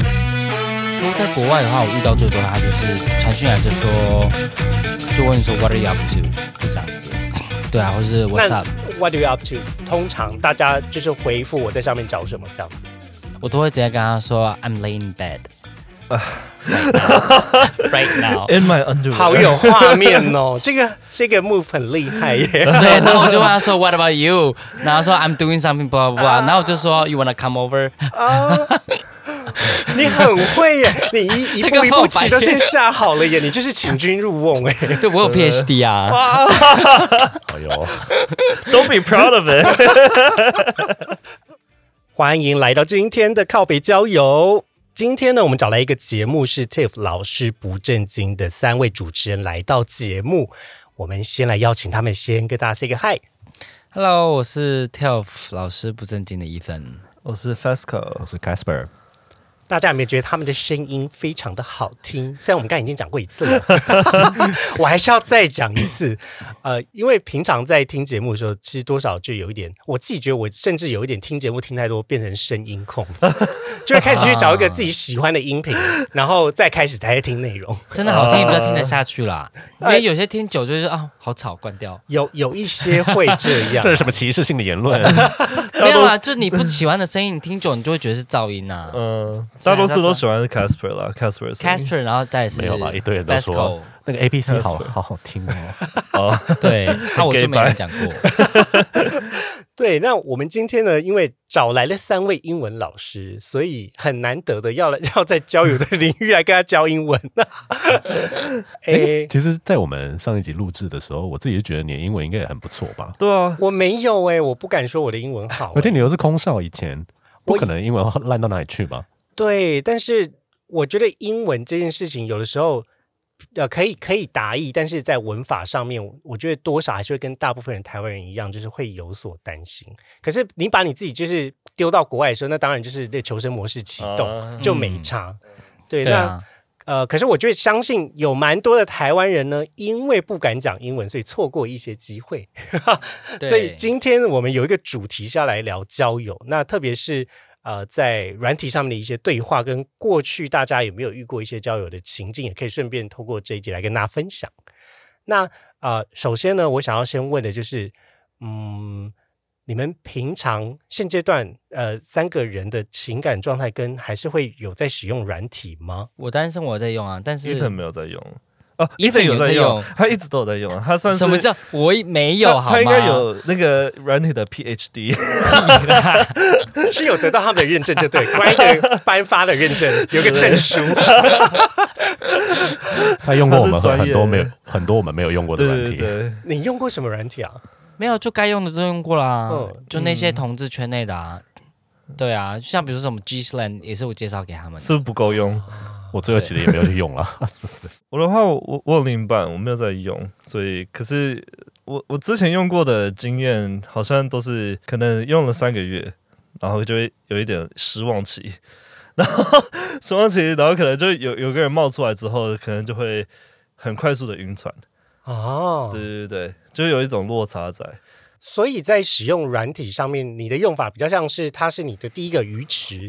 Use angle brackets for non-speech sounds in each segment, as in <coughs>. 在国外的话，我遇到最多的他就是传讯来就说，就问说 What are you up to？就这样 <laughs> 子。对啊，或是 What's 那 <laughs> up？ What do you up to？通常大家就是回复我在上面找什么这样子。我都会直接跟他说 I'm laying in bed right now。 In my underwear，嗯好 <laughs> 有画面 <laughs> 哦，这个这个 move 很厉害耶。对，然后我就问他说 What about you？然后说 I'm doing something blah blah blah。然后我就说 You wanna come over？ <laughs> 啊，你很会 <laughs> 耶，你一一那步个一后步白棋都先下好 <laughs> 了耶，你就是请君入瓮哎。对我有 PhD 啊。哇，哎呦， Don't be proud of it 。欢迎来到今天的靠北郊游。今天呢，我们找来一个节目是 Tiff 老师不正经的三位主持人来到节目，我们先来邀请他们先跟大家 say 个 hi。 Hello，我是 TELF 老师不正经的 Ethan。 <laughs> 我是 Fesco，我是 Casper，大家有没有觉得他们的声音非常的好听？虽然我们刚才已经讲过一 <laughs> 次了，我还是要再讲一次。呃，因为平常在听节目的时候，其实多少就有一点，我自己觉得我甚至有一点听节目听太多，变成声音 <laughs> 控，就会开始去找一个自己喜欢的音频，然后再开始才在听内 <laughs> 容。真的好听，比较听得下去啦。因为有些听久就是啊，好吵，关掉。有有一些会这样 <laughs> 这，是什么歧视性的言论？没有啦，就是你不喜欢的声音，你听久你就会觉得是噪音啊。嗯， <laughs> 大多数都喜欢 Casper 啦，Casper 啊的声音 Casper，然后再是没有啦，一堆人 <laughs> 都说 Vasco 那个 A B <laughs> C 好好好听哦。哦，对，啊那我就没 Gay 人 bye 讲过。对，那我们今天呢，因为找来了三位英文老师，所以很难得的要来要在交友的领域来跟他教英 <laughs> 文。 <laughs> 哎，其实，在我们上一集录制的时候，我自己就觉得你的英文应该也很不错吧？ <laughs> 对啊， <laughs> 我没有哎、我不敢说我的英文好欸、而且你又是空少，以前不我可能英文烂到哪里去吧？对，但是我觉得英文这件事情，有的时候呃可以可以达意，但是在文法上面，我我觉得多少还是会跟大部分人台湾人一样，就是会有所担心。可是你把你自己就是丢到国外的时候，那当然就是那求生模式启动，嗯啊就没差。对，对那、啊，呃，可是我觉得相信有蛮多的台湾人呢，因为不敢讲英文，所以错过一些机会。对所以今天我们有一个主题是要来聊交友，那特别是呃在软体上面的一些对话，跟过去大家有没有遇过一些交友的情境，也可以顺便透过这一集来跟大家分享。那呃，首先呢，我想要先问的就是，嗯，你们平常现阶段呃三个人的情感状态跟还是会有在使用软体 <laughs> 吗？我单身我在用啊，但 Ethan 是没有在用哦 Ethan 有有在在用他一直都有在用，他算是什么叫我没有他好吗？他应该有那个软体的 PhD，屁啦是有得到他们的认证，就对，乖的颁发的认证，有个证书。 <laughs> 他用过我们他是专业很多没有很多我们没有用过的软对 <laughs> 对体，对，你用过什么软体啊？没有就该用的都用过啦哦嗯，就那些同志圈内的啊。对啊，像比如说什么 G Slang 也是我介绍给他们嗯是不的。是不够用？我最后其实也没有去用 <laughs> 了。我的话，我我我有另一半，我没有在用，所以可是我我之前用过的经验，好像都是可能用了三个月，然后就会有一点失望期， <laughs> 然后失望期，然后可能就有有个人冒出来之后，可能就会很快速的晕船，哦对，对对对，就有一种落差在。所以在使用软体上面，你的用法比较像是它是你的第一个鱼 <laughs> 池，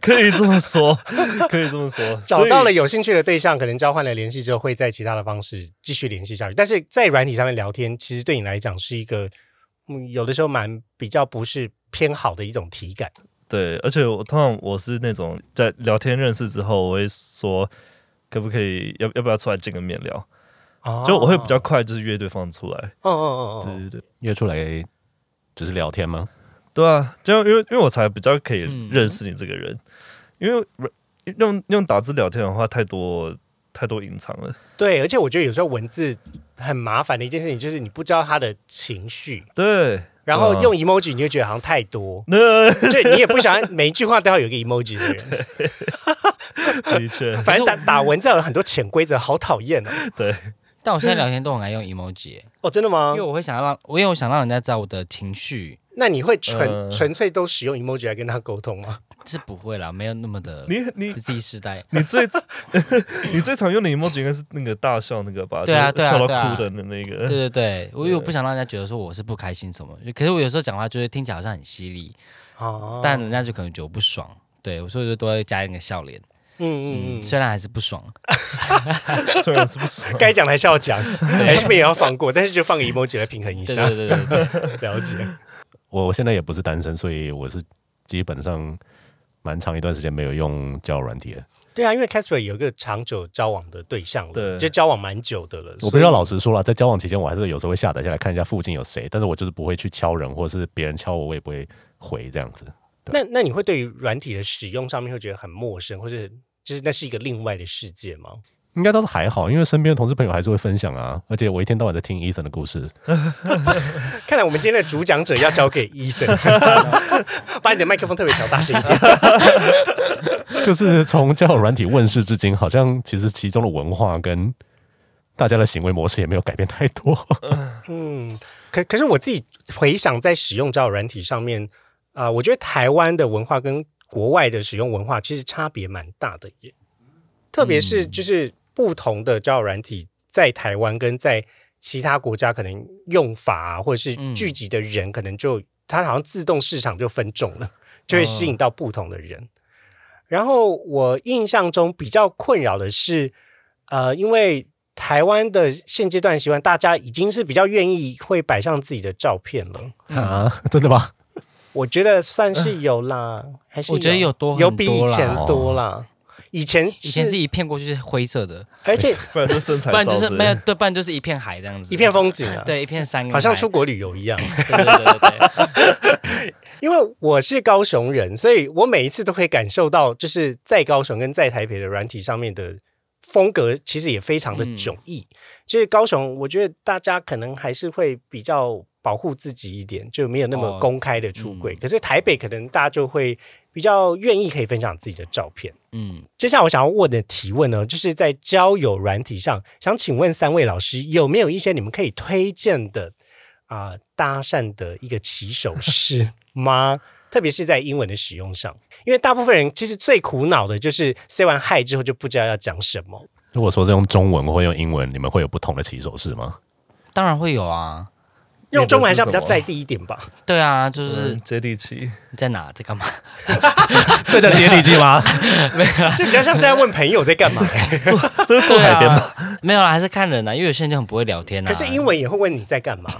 可以这么说， <laughs> 可以这么说，找到了所以有兴趣的对象，可能交换了联系之后，会在其他的方式继续联系下去。但是在软体上面聊天，其实对你来讲是一个，嗯，有的时候蛮比较不是偏好的一种体感。对，而且我通常我是那种在聊天认识之后，我会说可不可以要要不要出来见个面聊，哦就我会比较，快就是约对方出来，嗯哦嗯嗯对嗯，对对。约出来只是聊天吗？对啊，就因为因为我才比较可以嗯认识你这个人，因为用用打字聊天的话，太多太多隐藏了。对。而且我觉得有时候文字很麻烦的一件事情，就是你不知道他的情绪。对，然后嗯用 emoji 你就觉得好像太多， <laughs> 那就你也不想每一句话都要有一个 emoji 的人。的确，反正打打文字有很多潜规则，好讨厌哦！但我现在聊天都很爱用 emoji，哦，真的因嗯吗为？我会想要让，我因为我想让人家知道我的情绪。那你会纯呃纯粹都使用 emoji 来跟他沟通吗？是不会啦，没有那么的你 <laughs> 你 Z 世代。你最你最常用的 emoji 应该是那个大笑那个吧？对啊就对是啊笑对啊到哭的那那 <laughs> 个。对对对，我因为我不想让人家觉得说我是不开心什么，可是我有时候讲话就会听起来好像很犀利，哦，但人家就可能觉得我不爽。对，所以我就都会加一个笑脸，嗯嗯嗯，嗯，虽然还是不爽，虽然是不爽，该讲的还是要讲，H B 也要放过，但是就放个 emoji 来平 <laughs> 衡一对下，对对对 <laughs> 对，了解。我我现在也不是单身，所以我是基本上蛮长一段时间没有用交友软体了。对啊，因为 Casper 有一个长久交往的对象了，对就交往蛮久的了。我不知道老实说了，在交往期间，我还是有时候会下载下来看一下附近有谁，但是我就是不会去敲人，或者是别人敲我，我也不会回这样子。那那你会对于软体的使用上面会觉得很陌生，或者就是那是一个另外的世界吗？应该倒是还好，因为身边的同事朋友还是会分享啊，而且我一天到晚在听 Ethan 的故事。 <laughs> 看来我们今天的主讲者要交给 Eason，把你的麦克风特别调大声一点。就是从交友软体问世至今，好像其实其中的文化跟大家的行为模式也没有改变太多。嗯，可可是我自己回想在使用交友软体上面，啊、我觉得台湾的文化跟国外的使用文化其实差别蛮大的耶，特别是就是不同的交友软体在台湾跟在其他国家可能用法、啊、或者是嗯聚集的人，可能就它好像自动市场就分众了，就会吸引到不同的人。然后我印象中比较困扰的是，呃，因为台湾的现阶段习惯，大家已经是比较愿意会摆上自己的照片了。 <laughs> 啊， <laughs> 真的吗？我觉得算是有啦，还是嗯我觉得有多很有比以前多啦哦多啦。以前以前是一片过去是灰色的，而且不然就身材不然照就之是类的没有，对，不然就是一片海这样子，一片风景啊，， <laughs> 对，一片 <laughs> 山跟海，好像出国旅游一样。对对对对 <laughs> 对，因为我是高雄人，所以我每一次都可以感受到，就是在高雄跟在台北的软体上面的风格，其实也非常的嗯迥异。就是高雄，我觉得大家可能还是会比较保护自己一点，就没有那么哦公开的出柜。嗯可是台北可能大家就会比较愿意可以分享自己的照片。嗯，接下来我想要问的提问呢，就是在交友软体上，想请问三位老师有没有一些你们可以推荐的啊、搭讪的一个起手式吗？特别是在英文的使用上，因为大部分人其实最苦恼的就是 say 完 hi 之后就不知道要讲什么。如果说是用中文或用英文，你们会有不同的起手式 <laughs> 吗？当然会有啊，用中文还是要比那较个是什么在地一点吧。对啊，就是嗯接地 <laughs> 气，你在哪，在干 <laughs> 嘛？这叫接地气吗？这比较像是在问朋友在干嘛、这是住海边吧？啊， <laughs> 没有啦，还是看人啊，因为有些人就很不会聊天啊。可是英，文也会问你在干嘛，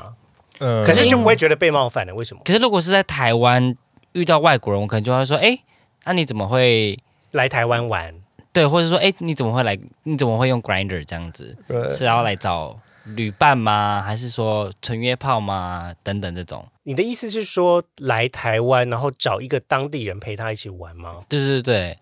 嗯，可是就不会觉得被冒犯了。为什么？可是如果是在台湾遇到外国人，我可能就会说，哎，那你怎么会？来台湾玩，对，或者说，哎，你怎么会来？你怎么会用 Grinder 这样子？对是要来找旅伴吗？还是说纯约炮吗？等等这种，你的意思是说来台湾，然后找一个当地人陪他一起玩吗？对对对，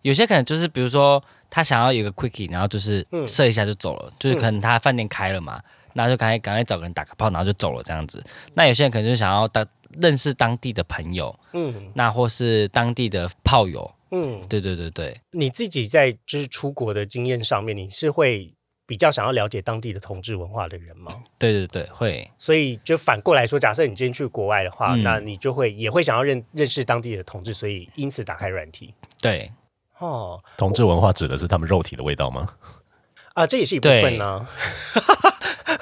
有些可能就是比如说他想要有个 quickie，然后就是嗯射一下就走了，就是可能他饭店开了嘛，那就赶快赶快找个人打个炮，然后就走了这样子。那有些人可能就想要当认识当地的朋友，嗯那或是当地的炮友，嗯，对对对对，你自己在就是出国的经验上面，你是会比较想要了解当地的同志文化的人吗？对对对会，所以就反过来说，假设你今天去国外的话，嗯那你就会也会想要认认识当地的同志，所以因此打开软体。对哦， <laughs> 同志文化指的是他们肉体的味道吗？啊，这也是一部分呢、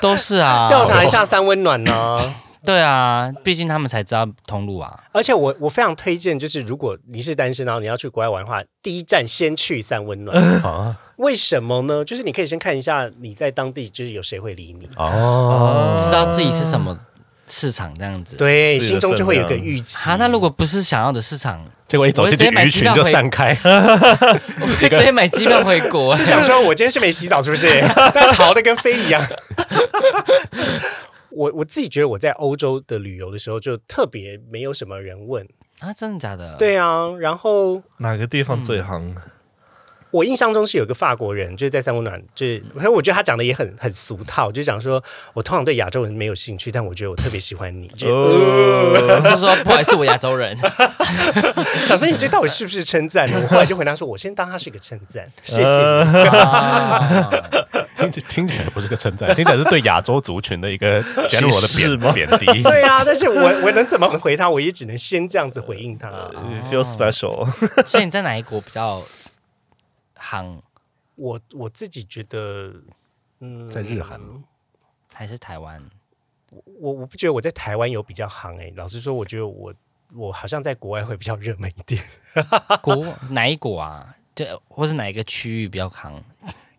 都是啊，调查一下三温暖呢、对啊，毕竟他们才知道通路啊，而且我我非常推荐，就是如果你是单身，然后你要去国外玩的话，第一站先去三温暖。啊，为什么呢？就是你可以先看一下你在当地就是有谁会理你，哦，知道自己是什么市场这样子。对，自己心的中就会有一个分量预期啊，。那如果不是想要的市场，结果一走进去，鱼群就散开。我会直接买机票回 <laughs> 国。想说我今天是没洗澡，是不是？但逃的跟飞一样。 <laughs> 我我自己觉得我在欧洲的旅游的时候，就特别没有什么人问。啊，真的假的？，对啊，然后哪个地方最行？我印象中是有个法国人，就是在三温暖，就是，可是我觉得他讲的也很很俗套，就讲说我通常对亚洲人没有兴趣，但我觉得我特别喜欢你，嗯就哦，呃就说不好意思，我亚洲 <laughs> 人。想说你这到底是不呃是称赞呢？我后来就回答说，我先当他是一个称赞，谢谢你。啊听起 <laughs> 听起来不是个称赞，听起来是对亚洲族群的一 <laughs> 个 general 歧视的吗贬贬 <laughs> 低。对啊，但是我 <laughs> 我能怎么回他？我也只能先这样子回应他了。 You feel special，所以你在哪一国比较行，我我自己觉得，嗯，在日韩还是台湾？我我不觉得我在台湾有比较行哎、老实说，我觉得我我好像在国外会比较热门一点。 <laughs> 国哪一国啊？对，或是哪一个区域比较行？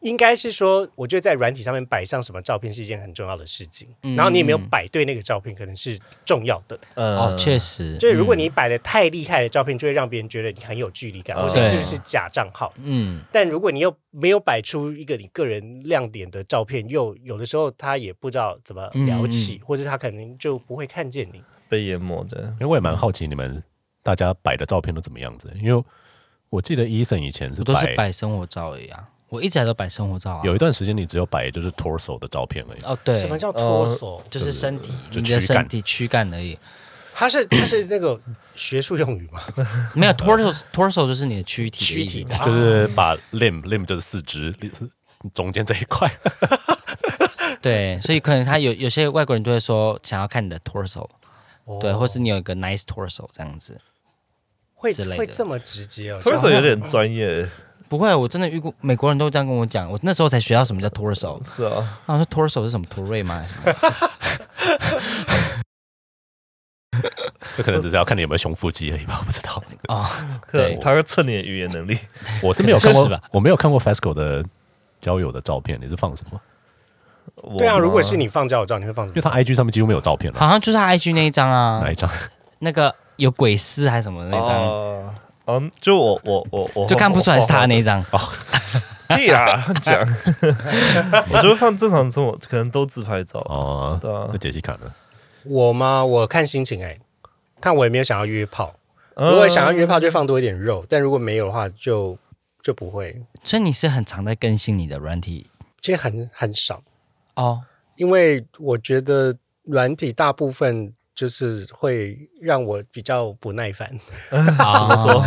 应该是说，我觉得在软体上面摆上什么照片是一件很重要的事情，然后你有没有摆对那个照片，可能是重要的。呃哦，确实，就是如果你摆的太厉害的照片，就会让别人觉得你很有距离感，嗯或者是不是假账号。嗯，但如果你又没有摆出一个你个人亮点的照片，又有的时候他也不知道怎么聊起，或者他可能就不会看见你。被淹没的，因为我也蛮好奇你们大家摆的照片都怎么样子，因为我记得 Eason 以前是我都摆是摆生活照而已啊，我一直以来都摆生活照啊。有一段时间你只有摆就是 torso 的照片而已，哦，对什，么叫脱手？就是身体，就你的躯干身体躯干而已，他是他是那个学术用语吗？没 <laughs> 有 torso torso 就是你的躯体的呃躯意思体的，就是把 limb limb 就是四肢中间这一块， <laughs> 对，所以可能他有有些外国人就会说想要看你的 torso，、对，哦或是你有一个 nice torso 这样子。会之类的会这么直接哦。 t o r s 就 o 有点专业，不会，我真的遇过美国人都这样跟我讲，我那时候才学到什么叫 torso。是啊，然后我说 torso 是什么驼瑞吗？还是什么？这可能只是要看你有没有胸腹肌而已吧，我不知道。哦，对对，<laughs> 他会测你的语言能力，我是没有看是过吧，我没有看过 Fasco 的交友的照片，你是放什么？我对啊，吗如果是你放照，我知道你会放什因么？为他 IG 上面几乎没有照片了，好像就是他 IG 那一张啊哪，一张？那个有鬼丝还是什么的那张，哦嗯，就我我我我就看不出来是他那一张。对呀，讲，我就放正常生活，可能都自拍照，哦，对啊那，杰西卡呢？我吗？我看心情哎、看我有没有想要约炮。嗯如果想要约炮，就放多一点肉；但如果没有的话就，就不会。 <laughs> 所以你是很常在更新你的软体其实很很少，哦，因为我觉得软体大部分就是会让我比较不耐烦。 <laughs> 怎么说？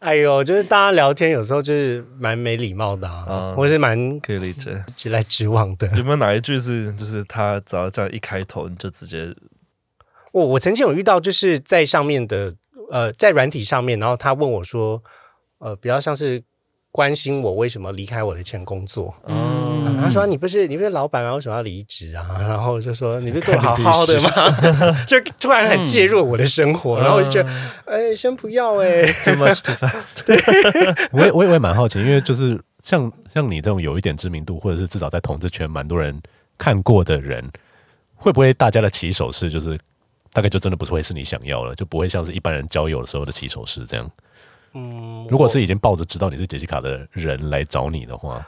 哎呦，就是大家聊天有时候就是蛮没礼貌的、啊，嗯或是蛮可以理解。直来直往的。有没有哪一句是就是他只要这样一开头你就直接我我曾经有遇到，就是在上面的呃，在软体上面，然后他问我说，呃，比较像是关心我为什么离开我的前工作。嗯啊他说你不是你不是老板吗？为什么要离职啊？然后我就说你不是做的好好的吗？ <laughs> 就突然很介入我的生活，然后我就觉得，哎，先不要哎、 too much too fast？ <laughs> <laughs> 我也我也我也蛮好奇，因为就是像像你这种有一点知名度，或者是至少在统治圈蛮多人看过的人，会不会大家的起手式就是大概就真的不是会是你想要了，就不会像是一般人交友的时候的起手式这样？嗯，如果是已经抱着知道你是杰西卡的人来找你的话，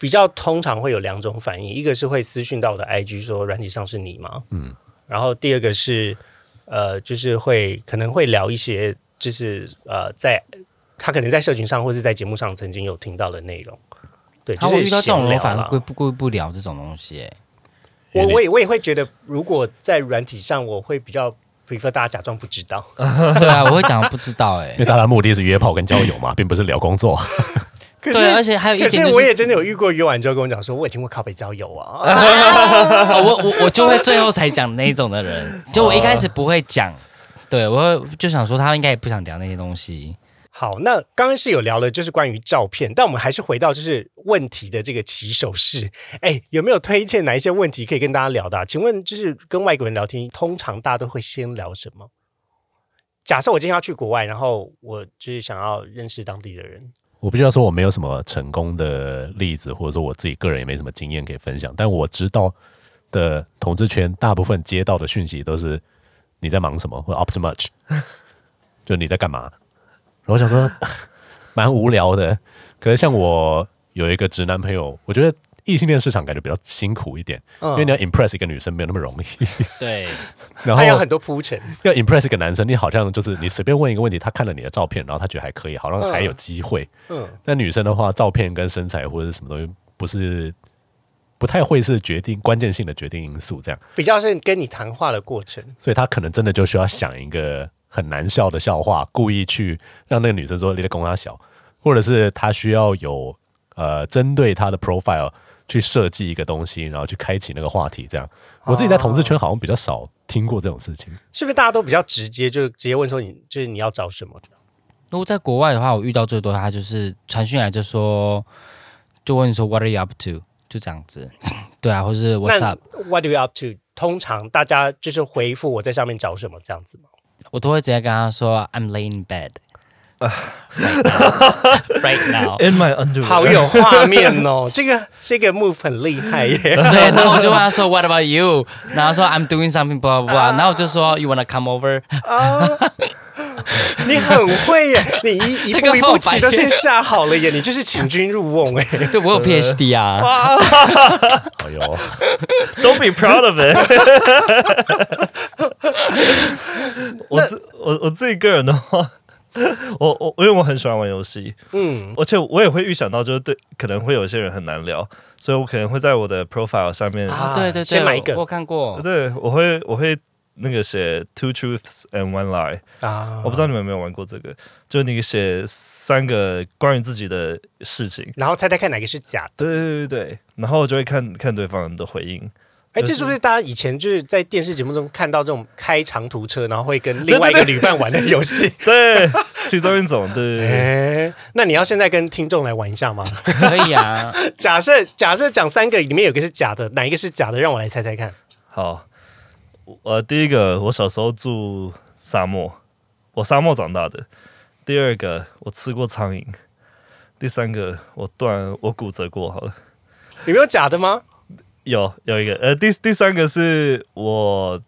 比较通常会有两种反应，一个是会私讯到我的 IG 说软体上是你吗？嗯，然后第二个是呃，就是会可能会聊一些，就是呃，在他可能在社群上或是在节目上曾经有听到的内容。对，他就我是遇到这种闲人，聊反而啦故不故意不聊这种东西、欸。我我也我也会觉得，如果在软体上，我会比较 prefer 大家假装不知道。对啊，我会讲不知道哎、因为大家的目的是约炮跟交友嘛，并不是聊工作。可对，而是且还有一可点是就我是，也真的有遇过约完之后跟我讲说，我也听过靠北交友 <laughs> 啊，哦我我我就会最后才讲那一种的人，就我一开始哦不会讲，对我会就想说他应该也不想聊那些东西。好，那刚刚是有聊了，就是关于照片，但我们还是回到就是问题的这个起手式。哎，有没有推荐哪一些问题可以跟大家聊的啊、请问，就是跟外国人聊天，通常大家都会先聊什么？假设我今天要去国外，然后我就是想要认识当地的人，我必须要说，我没有什么成功的例子，或者说我自己个人也没什么经验可以分享。但我知道的统治圈大部分接到的讯息都是你在忙什么，或 up to much，就你在干嘛。然后我想说，蛮无聊的。可是像我有一个直男朋友，我觉得异性恋市场感觉比较辛苦一点，嗯因为你要 impress 一个女生没有那么容 <laughs> 易。对，然后还有很多铺陈，要 impress 一个男生，你好像就是你随便问一个问题，他看了你的照片，然后他觉得还可以，好像还有机会。嗯嗯，那女生的话，照片跟身材或者是什么东西，不是不太会是决定关键性的决定因素，这样，比较是跟你谈话的过程。所以他可能真的就需要想一个很难笑的笑话，故意去让那个女生说你在攻他小，或者是他需要有呃针对他的 profile 去设计一个东西，然后去开启那个话题。这样，我自己在同志圈好像比较少听过这种事情。是不是大家都比较直接，就直接问说你就是你要找什么？如果在国外的话，我遇到最多他就是传讯来就说，就问你说 What are you up to？就这样子，对啊，或是 What's 那 up？ What do you up to？通常大家就是回复我在上面找什么这样子吗？我都会直接跟他说 I'm laying in <laughs> bed right now。 In my underwear， <laughs> 好有画面 <laughs> 哦，这个这个 move 很厉害耶。对，然后我就问他说 What about you？然后他说 I'm doing something blah blah blah。然后我就说 You wanna come <laughs> over？啊你很会耶，你 <laughs> 一一那个步一步放白棋都先下好了耶，你就是请君入瓮 <laughs> 哎。对我有 PhD 啊，哇，哎呦， Don't be proud of it 我自我我自己个人的话，我我因为我很喜欢玩游戏，嗯，而且我也会预想到，就是对可能会有一些人很难聊，所以我可能会在我的 profile 上面，啊，对对对，先买一个我有看过，对，我会我会那个写 two truths and one lie。啊我不知道你们有没有玩过这个，就你写三个关于自己的事情。然后猜猜看哪个是假的？对对对对，然后我就会看看对方的回应。哎，就这是是不是大家以前就是在电视节目中看到这种开长途车，然后会跟另外一个旅伴玩的 <laughs> 游戏？对，其中一种，对对对，哎，那你要现在跟听众来玩一下吗？可以啊。 <laughs> 假设假设讲三个，里面有个是假的，哪一个是假的？让我来猜猜看。好，呃，第一个，我小时候住沙漠，我沙漠长大的。第二个，我吃过苍蝇。第三个，我断我骨折过，好了，有没有假的吗？有有一个，呃，第第三个是我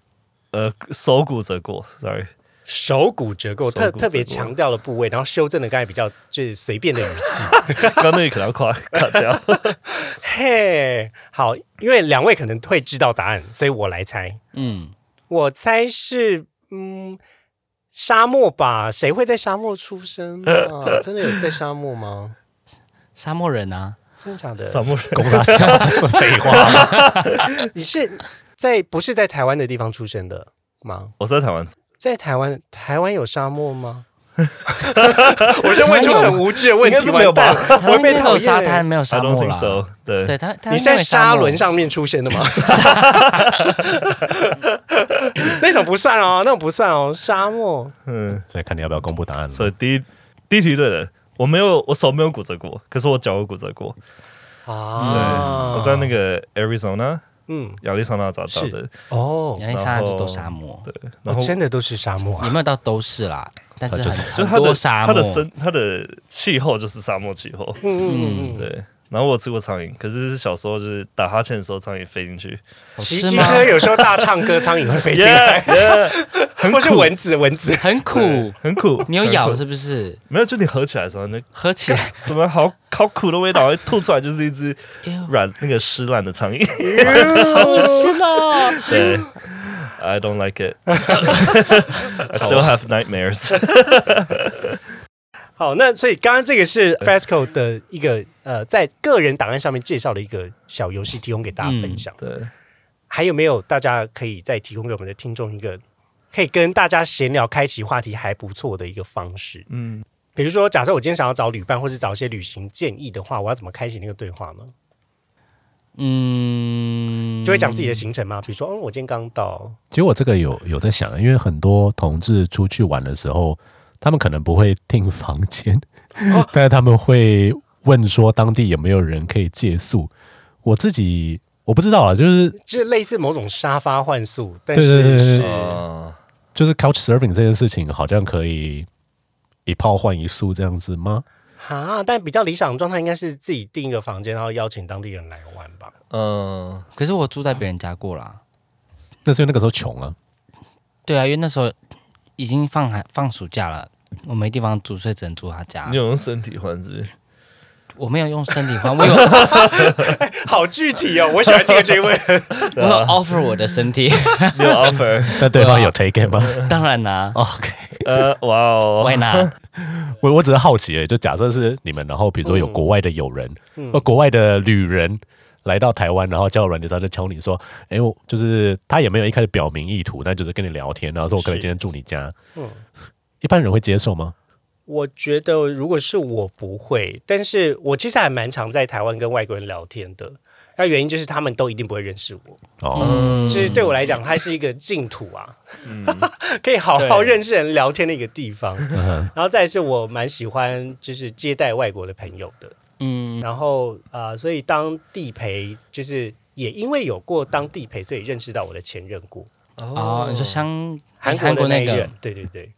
呃手骨折过，sorry，手骨折过，手骨特折过特别强调了部位，然后修正了刚才比较就是随便的语气。 <laughs> 刚刚那里可能要垮垮掉。嘿，好，因为两位可能会知道答案，所以我来猜。嗯，我猜是嗯，沙漠吧？谁会在沙漠出生 <laughs> 啊？真的有在沙漠吗？沙漠人啊，真的假的？沙漠人公大笑，这什么废话？ <laughs> 你是在不是在台湾的地方出生的吗？我是在台湾，在台湾，台湾有沙漠 <laughs> 吗？我是问出很无知的问应该题，是没有完吧蛋了，台我会湾没被讨有厌。沙滩，没有沙 I don't 漠 think 啦。 so，对，对，他你是在沙轮，上面出现的吗？那种不算哦，那种不算哦，沙漠。嗯，所以看你要不要公布答案了。所以第一第一题对的，我没有我手没有骨折过，可是我脚有骨折过。啊，我在那个 Arizona 嗯亚利桑那找到的是，哦，亚历山大就都哎沙漠，对，哦然后真的都是沙漠啊有没有到都是啦？但是就很是就是它很多的沙它漠的，生它的气候就是沙漠气候，嗯嗯嗯嗯，对。然后我有吃过苍蝇，可是是小时候就是打哈欠的时候，苍蝇飞进去，骑是机吗车有时候大唱歌，苍蝇会飞进 <laughs> 来，<laughs> yeah, 或是蚊子，蚊子。很苦。很 <laughs> 苦。你有咬很苦？是不 <laughs> 是？没有，就你合起来的时候，那合起 <laughs> 来，怎么好好苦的味道，会吐出来就是一只哎呦软那个湿烂的 <laughs> 苍蝇。好恶心哦！对，I don't like it. <laughs> <laughs> I Oh. still have nightmares. 好，那所以刚刚这个是 Fresco 的一个呃，在个人档案上面介绍的一个小游戏，提供给大家分享。对，还有没有大家可以再提供给我们的听众一个可以跟大家闲聊、开启话题还不错的一个方式？嗯，比如说，假设我今天想要找旅伴，或是找一些旅行建议的话，我要怎么开启那个对话呢？嗯，就会讲自己的行程吗？比如说，嗯，我今天刚到，其实我这个有有在想，因为很多同志出去玩的时候，他们可能不会订房间， <laughs> 但是他们会问说当地有没有人可以借宿。我自己我不知道啊，就是就是类似某种沙发换宿，但对对对对是嗯是哦，就是 couch surfing 这件事情，好像可以一炮换一宿这样子吗？啊，但比较理想的状态应该是自己订一个房间，然后邀请当地人来玩吧。嗯，可是我住在别人家过啦。那是因为那个时候穷啊，对啊，因为那时候已经放寒放暑假了，我没地方住，所以只能住他家你。有用身体换是不是？我没有用身体换，我有我好具体哦，我喜欢这个追问。有 offer 我的身体， <laughs> 你有 offer？那对方有 take it 吗 <laughs> 哦当然啦， ？OK， <laughs> 呃，哇我哦，也拿。我我只是好奇而已，就假设是你们，然后比如说嗯有国外的友人，或国外的旅人来到台湾，然后叫软件上就敲你说，哎、我就是他也没有一开始表明意图，但就是跟你聊天，然后说我可不可以今天住你家，嗯一般人会接受吗？我觉得如果是我不会，但是我其实还蛮常在台湾跟外国人聊天的。那原因就是他们都一定不会认识我，哦，嗯就是对我来讲，它是一个净土啊， <laughs> 可以好好对认识人、聊天的一个地方。嗯然后再来是我蛮喜欢就是接待外国的朋友的，嗯，然后啊、呃所以当地陪就是也因为有过当地陪，所以认识到我的前任过哦，你说香韩哎韩国国的那那一任个，，对对对。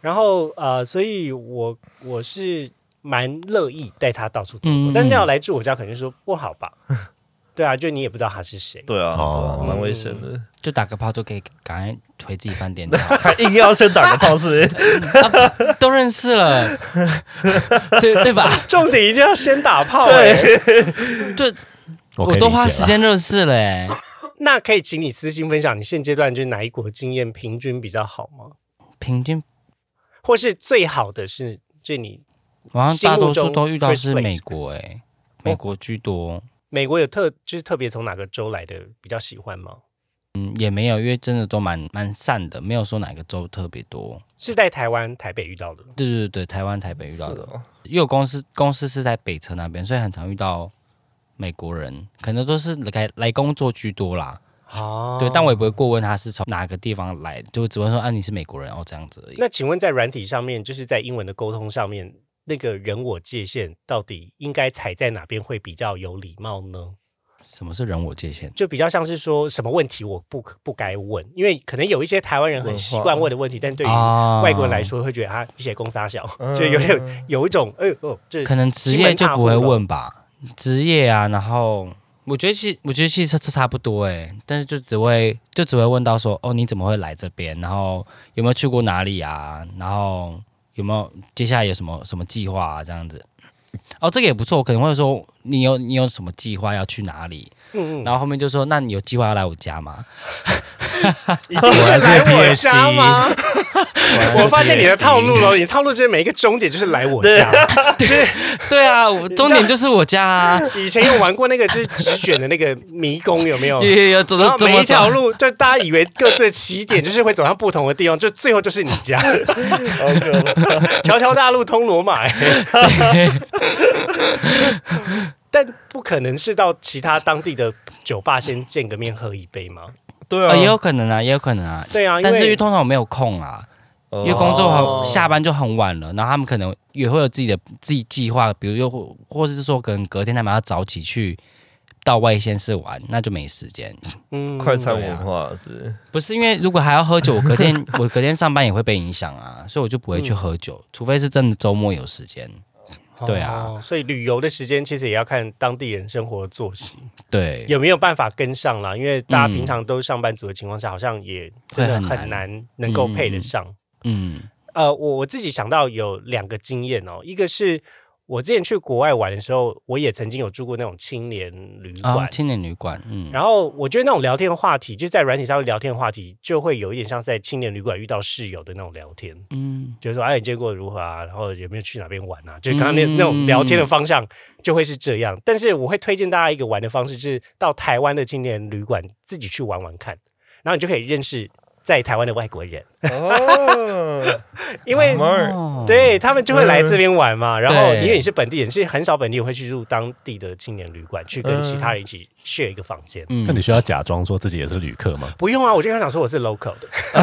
然后呃，所以我我是蛮乐意带他到处走走，嗯但嗯是要来住我家，肯定说不好吧？ <laughs> 对啊，就你也不知道他是谁。 <laughs> 对啊，哦对啊蛮危险的。就打个炮就可以赶快回自己饭店就好。 <laughs> 他硬要先打个炮是不是？都认识了， <laughs> 对对吧？重点一定要先打炮、欸，就我可我以都理花解啊时啦间认识了、欸，那可以请你私信分享你现阶段就是哪一国经验平均比较好吗？哎平均或是最好的是，就你好像大多心数目中都遇到 first 是 place 美国、欸，美国居多，美国有特就是特别从哪个州来的比较喜欢吗？嗯，也没有，因为真的都蛮蛮散的，没有说哪个州特别多。是在台湾台北遇到的，对对对，台湾台北遇到 <laughs> 的，是哦因为我公司公司是在北车那边，所以很常遇到美国人，可能都是来来工作居多啦。哦对，但我也不会过问他是从哪个地方来，就只会说啊你是美国人哦这样子而已。那请问在软体上面，就是在英文的沟通上面，那个人我界限到底应该踩在哪边会比较有礼貌呢？什么是人我界限？就比较像是说什么问题我不不该问，因为可能有一些台湾人很习惯问的问题，但对于啊外国人来说会觉得啊，一些公司小，嗯就有点有一种哎呦哦，这可能职业就不会问吧，职业啊，然后我觉得其我觉得其实都差不多哎、但是就只会就只会问到说哦你怎么会来这边，然后有没有去过哪里啊，然后有没有接下来有什么什么计划啊这样子。哦，这个也不错，我可能会说你有你有什么计划要去哪里，嗯，然后后面就说那你有计划要来我家吗？一 <laughs> 定是来我家 <laughs> 吗？我发现你的套路了，你套路就是每一个终点就是来我家。 <laughs> 对啊，我终点就是我家啊， <laughs> 以前有玩过那个就是直卷的那个迷宫，有没有 <laughs> 有？有有，走哦然走后怎每么一条走？路，就 <laughs> 大家以为各自的起点就是会走向不同的地方，就最后就是你 <laughs> 家，好可怕。条条大路通罗马、欸。 <laughs> 但不可能是到其他当地的酒吧先见个面喝一杯吗？对啊，啊，也有可能啊，也有可能啊，对啊，因但是因为为通常我没有空啊，哦因为工作哦很下班就很晚了，然后他们可能也会有自己的自己计划，比如又或或者是说，可能隔天他们要早起去到外县市玩，那就没时间。嗯快餐文化是不是因为如果还要喝酒，我隔 <laughs> 天我隔天上班也会被影响啊，所以我就不会去喝嗯酒，除非是真的周末有时间。对啊哦所以旅游的时间其实也要看当地人生活作息对，有没有办法跟上啦，因为大嗯家平常都上班族的情况下，好像也真的会很难很难能够配得上。嗯，呃，我我自己想到有两个经验哦，一个是我之前去国外玩的时候，我也曾经有住过那种青年旅啊馆，。青年旅馆，嗯，然后我觉得那种聊天话题，就在软体上面聊天话题，就会有一点像在青年旅馆遇到室友的那种聊天，嗯，就是说，哎，你见过如何啊？然后有没有去哪边玩啊？就刚刚那、嗯那种聊天的方向就会是这样。但是我会推荐大家一个玩的方式，就是到台湾的青年旅馆自己去玩玩看，然后你就可以认识在台湾的外国人，哦，因为 <laughs> smart 哦，对他们就会来这边玩嘛，然后对因为你是本地人，其实很少本地人会去住当地的青年旅馆，去跟嗯其他人一起 share 一个房间。嗯那你需要假装说自己也是旅客吗？不用啊，我就跟他讲说我是 local 的。 <laughs>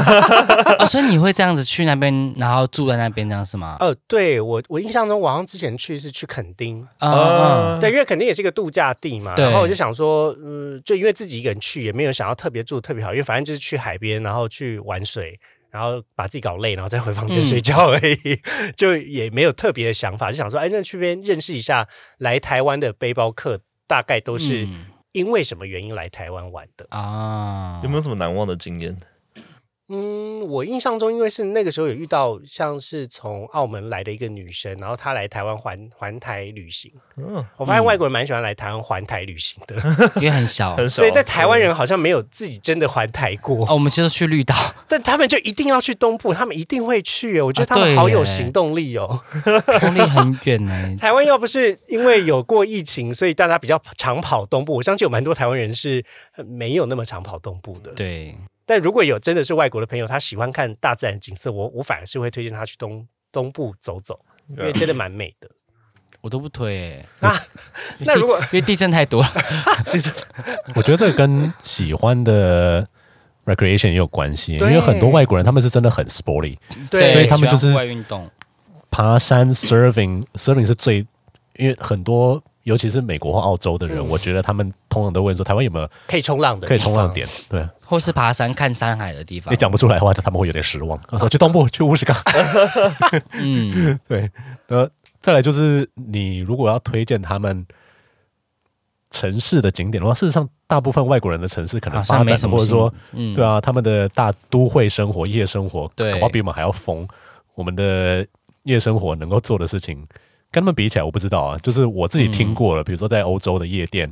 啊，所以你会这样子去那边，然后住在那边这样是吗？呃，对我我印象中，我好像之前去是去垦丁，啊、啊，对，因为垦丁也是一个度假地嘛。对然后我就想说，嗯，就因为自己一个人去，也没有想要特别住得特别好，因为反正就是去海边，然后去玩水，然后把自己搞累，然后再回房间嗯睡觉而已， <laughs> 就也没有特别的想法，就想说，哎，那去边认识一下来台湾的背包客，大概都是。嗯因为什么原因来台湾玩的？啊，有没有什么难忘的经验？嗯，我印象中，因为是那个时候有遇到像是从澳门来的一个女生，然后她来台湾环环台旅行。嗯，我发现外国人蛮喜欢来台湾环台旅行的，因为很小很少。所以在台湾人好像没有自己真的环台过，哦，我们就是去绿岛。但他们就一定要去东部，他们一定会去。我觉得他啊们对好有耶行动力哦。功力很远呢、台湾要不是因为有过疫情，所以大家比较常跑东部，我相信有蛮多台湾人是呃没有那么常跑东部的。对，但如果有真的是外国的朋友，他喜欢看大自然景色，我我反而是会推荐他去东东部走走，因为对啊真的蛮美的。我都不推诶、那因为啊那地如果因为地 <laughs> 震太多了，嗯我觉得这个跟喜欢的 recreation 也有关系，因对为很多外国人他们是真的很 sporty，对，所以他们就喜是欢户外运动，爬山 surfing surfing 是最，因为很多尤其是美国或澳洲的人，嗯我觉得他们通常都问说台湾有没有可以冲浪的，可以冲浪。点，对或是爬山看山海的地方你。讲不出来的话，他们会有点 <laughs> 失望。我说去东部，去乌石港，嗯， <laughs> 对，呃，再来就是你如果要推荐他们城市的景点的话，事实上大部分外国人的城市可能好发像没展什么或者新说嗯，对啊，他们的大都会生活、夜生活，对恐怕比我们还要疯。我们的夜生活能够做的事情，跟他们比起来，我不知道啊。就是我自己听过了，比如说在欧洲的夜店，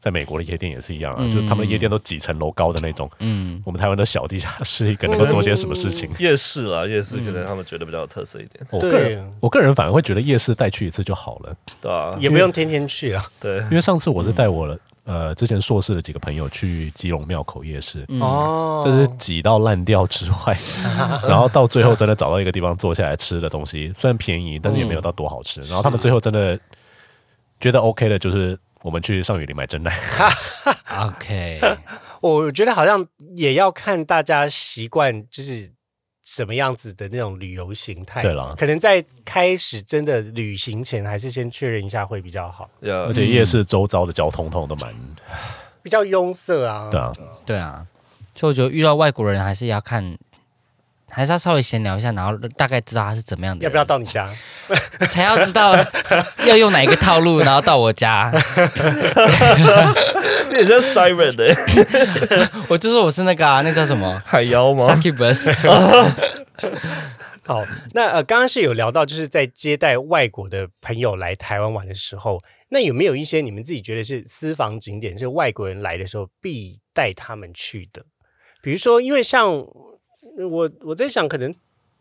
在美国的夜店也是一样啊，嗯就是他们的夜店都几层楼高的那种。嗯，我们台湾的小地下室，一个能够做些什么事情？夜市啦，嗯夜市可能他们觉得比较有特色一点，我个对人，，我个人反而会觉得夜市带去一次就好了，对啊，也不用天天去啊。对，因为上次我是带我嗯了呃之前硕士的几个朋友去基隆庙口夜市，哦这是挤到烂掉之外， <laughs> 然后到最后真的找到一个地方坐下来吃的东西，虽然便宜，但是也没有到多好吃。然后他们最后真的觉得 OK 的，就是我们去上雨林买真奶。 OK，我觉得好像也要看大家习惯，就是什么样子的那种旅游形态。对啦可能在开始真的旅行前，还是先确认一下会比较好，要而且夜市周遭的交通通都蛮比较拥塞啊。对啊，对啊，所以我觉得遇到外国人还是要看，还是要稍微闲聊一下，然后大概知道他是怎么样的人，要不要到你家？ <laughs> 才要知道要用哪一个套路，然后到我 <laughs> 家。有点像 Siren 的、 <laughs> 我就说我是那个、啊、那叫什么海 s u 妖吗 c？c u b u s 好，那呃，刚刚是有聊到，就是在接待外国的朋友来台湾玩的时候，那有没有一些你们自己觉得是私房景点，是外国人来的时候必带他们去的？比如说，因为像我我在想，可能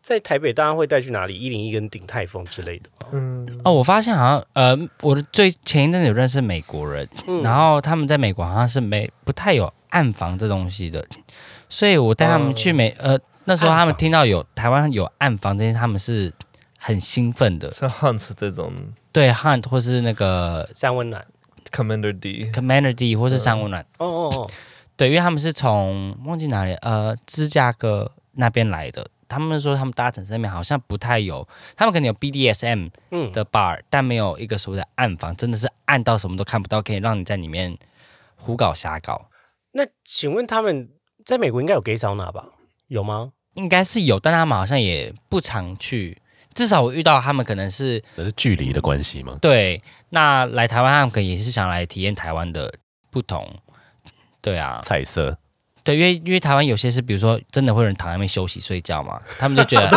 在台北大家会带去哪里？一零一跟鼎泰丰之类的。嗯， <laughs> 哦，我发现好像呃，我的最前一阵子有认识美国人，然后他们在美国好像是没不太有暗房这东西的，所以我带他们去美、呃那时候他暗们房听到有台湾有暗房这些，他们是很兴奋的。像 Hunt 这种对 Hunt 或是那个三温暖。 Commander D， Commander D 或是三温暖，哦哦哦，对，因为他们是从忘记哪里呃芝加哥那边来的，他们说他们搭乘那边好像不太有，他们可能有 BDSM 嗯，的 bar，但没有一个所谓的暗房，真的是暗到什么都看不到，可以让你在里面胡搞瞎搞。那请问他们在美国应该有 gay 桑拿吧？有吗？应该是有，但他们好像也不常去。至少我遇到他们可能是那是距离的关系嘛。对，那来台湾他们可能也是想来体验台湾的不同。对啊，彩色，对，因为因为台湾有些是，比如说真的会有人躺在那边休息睡觉嘛，他们就觉得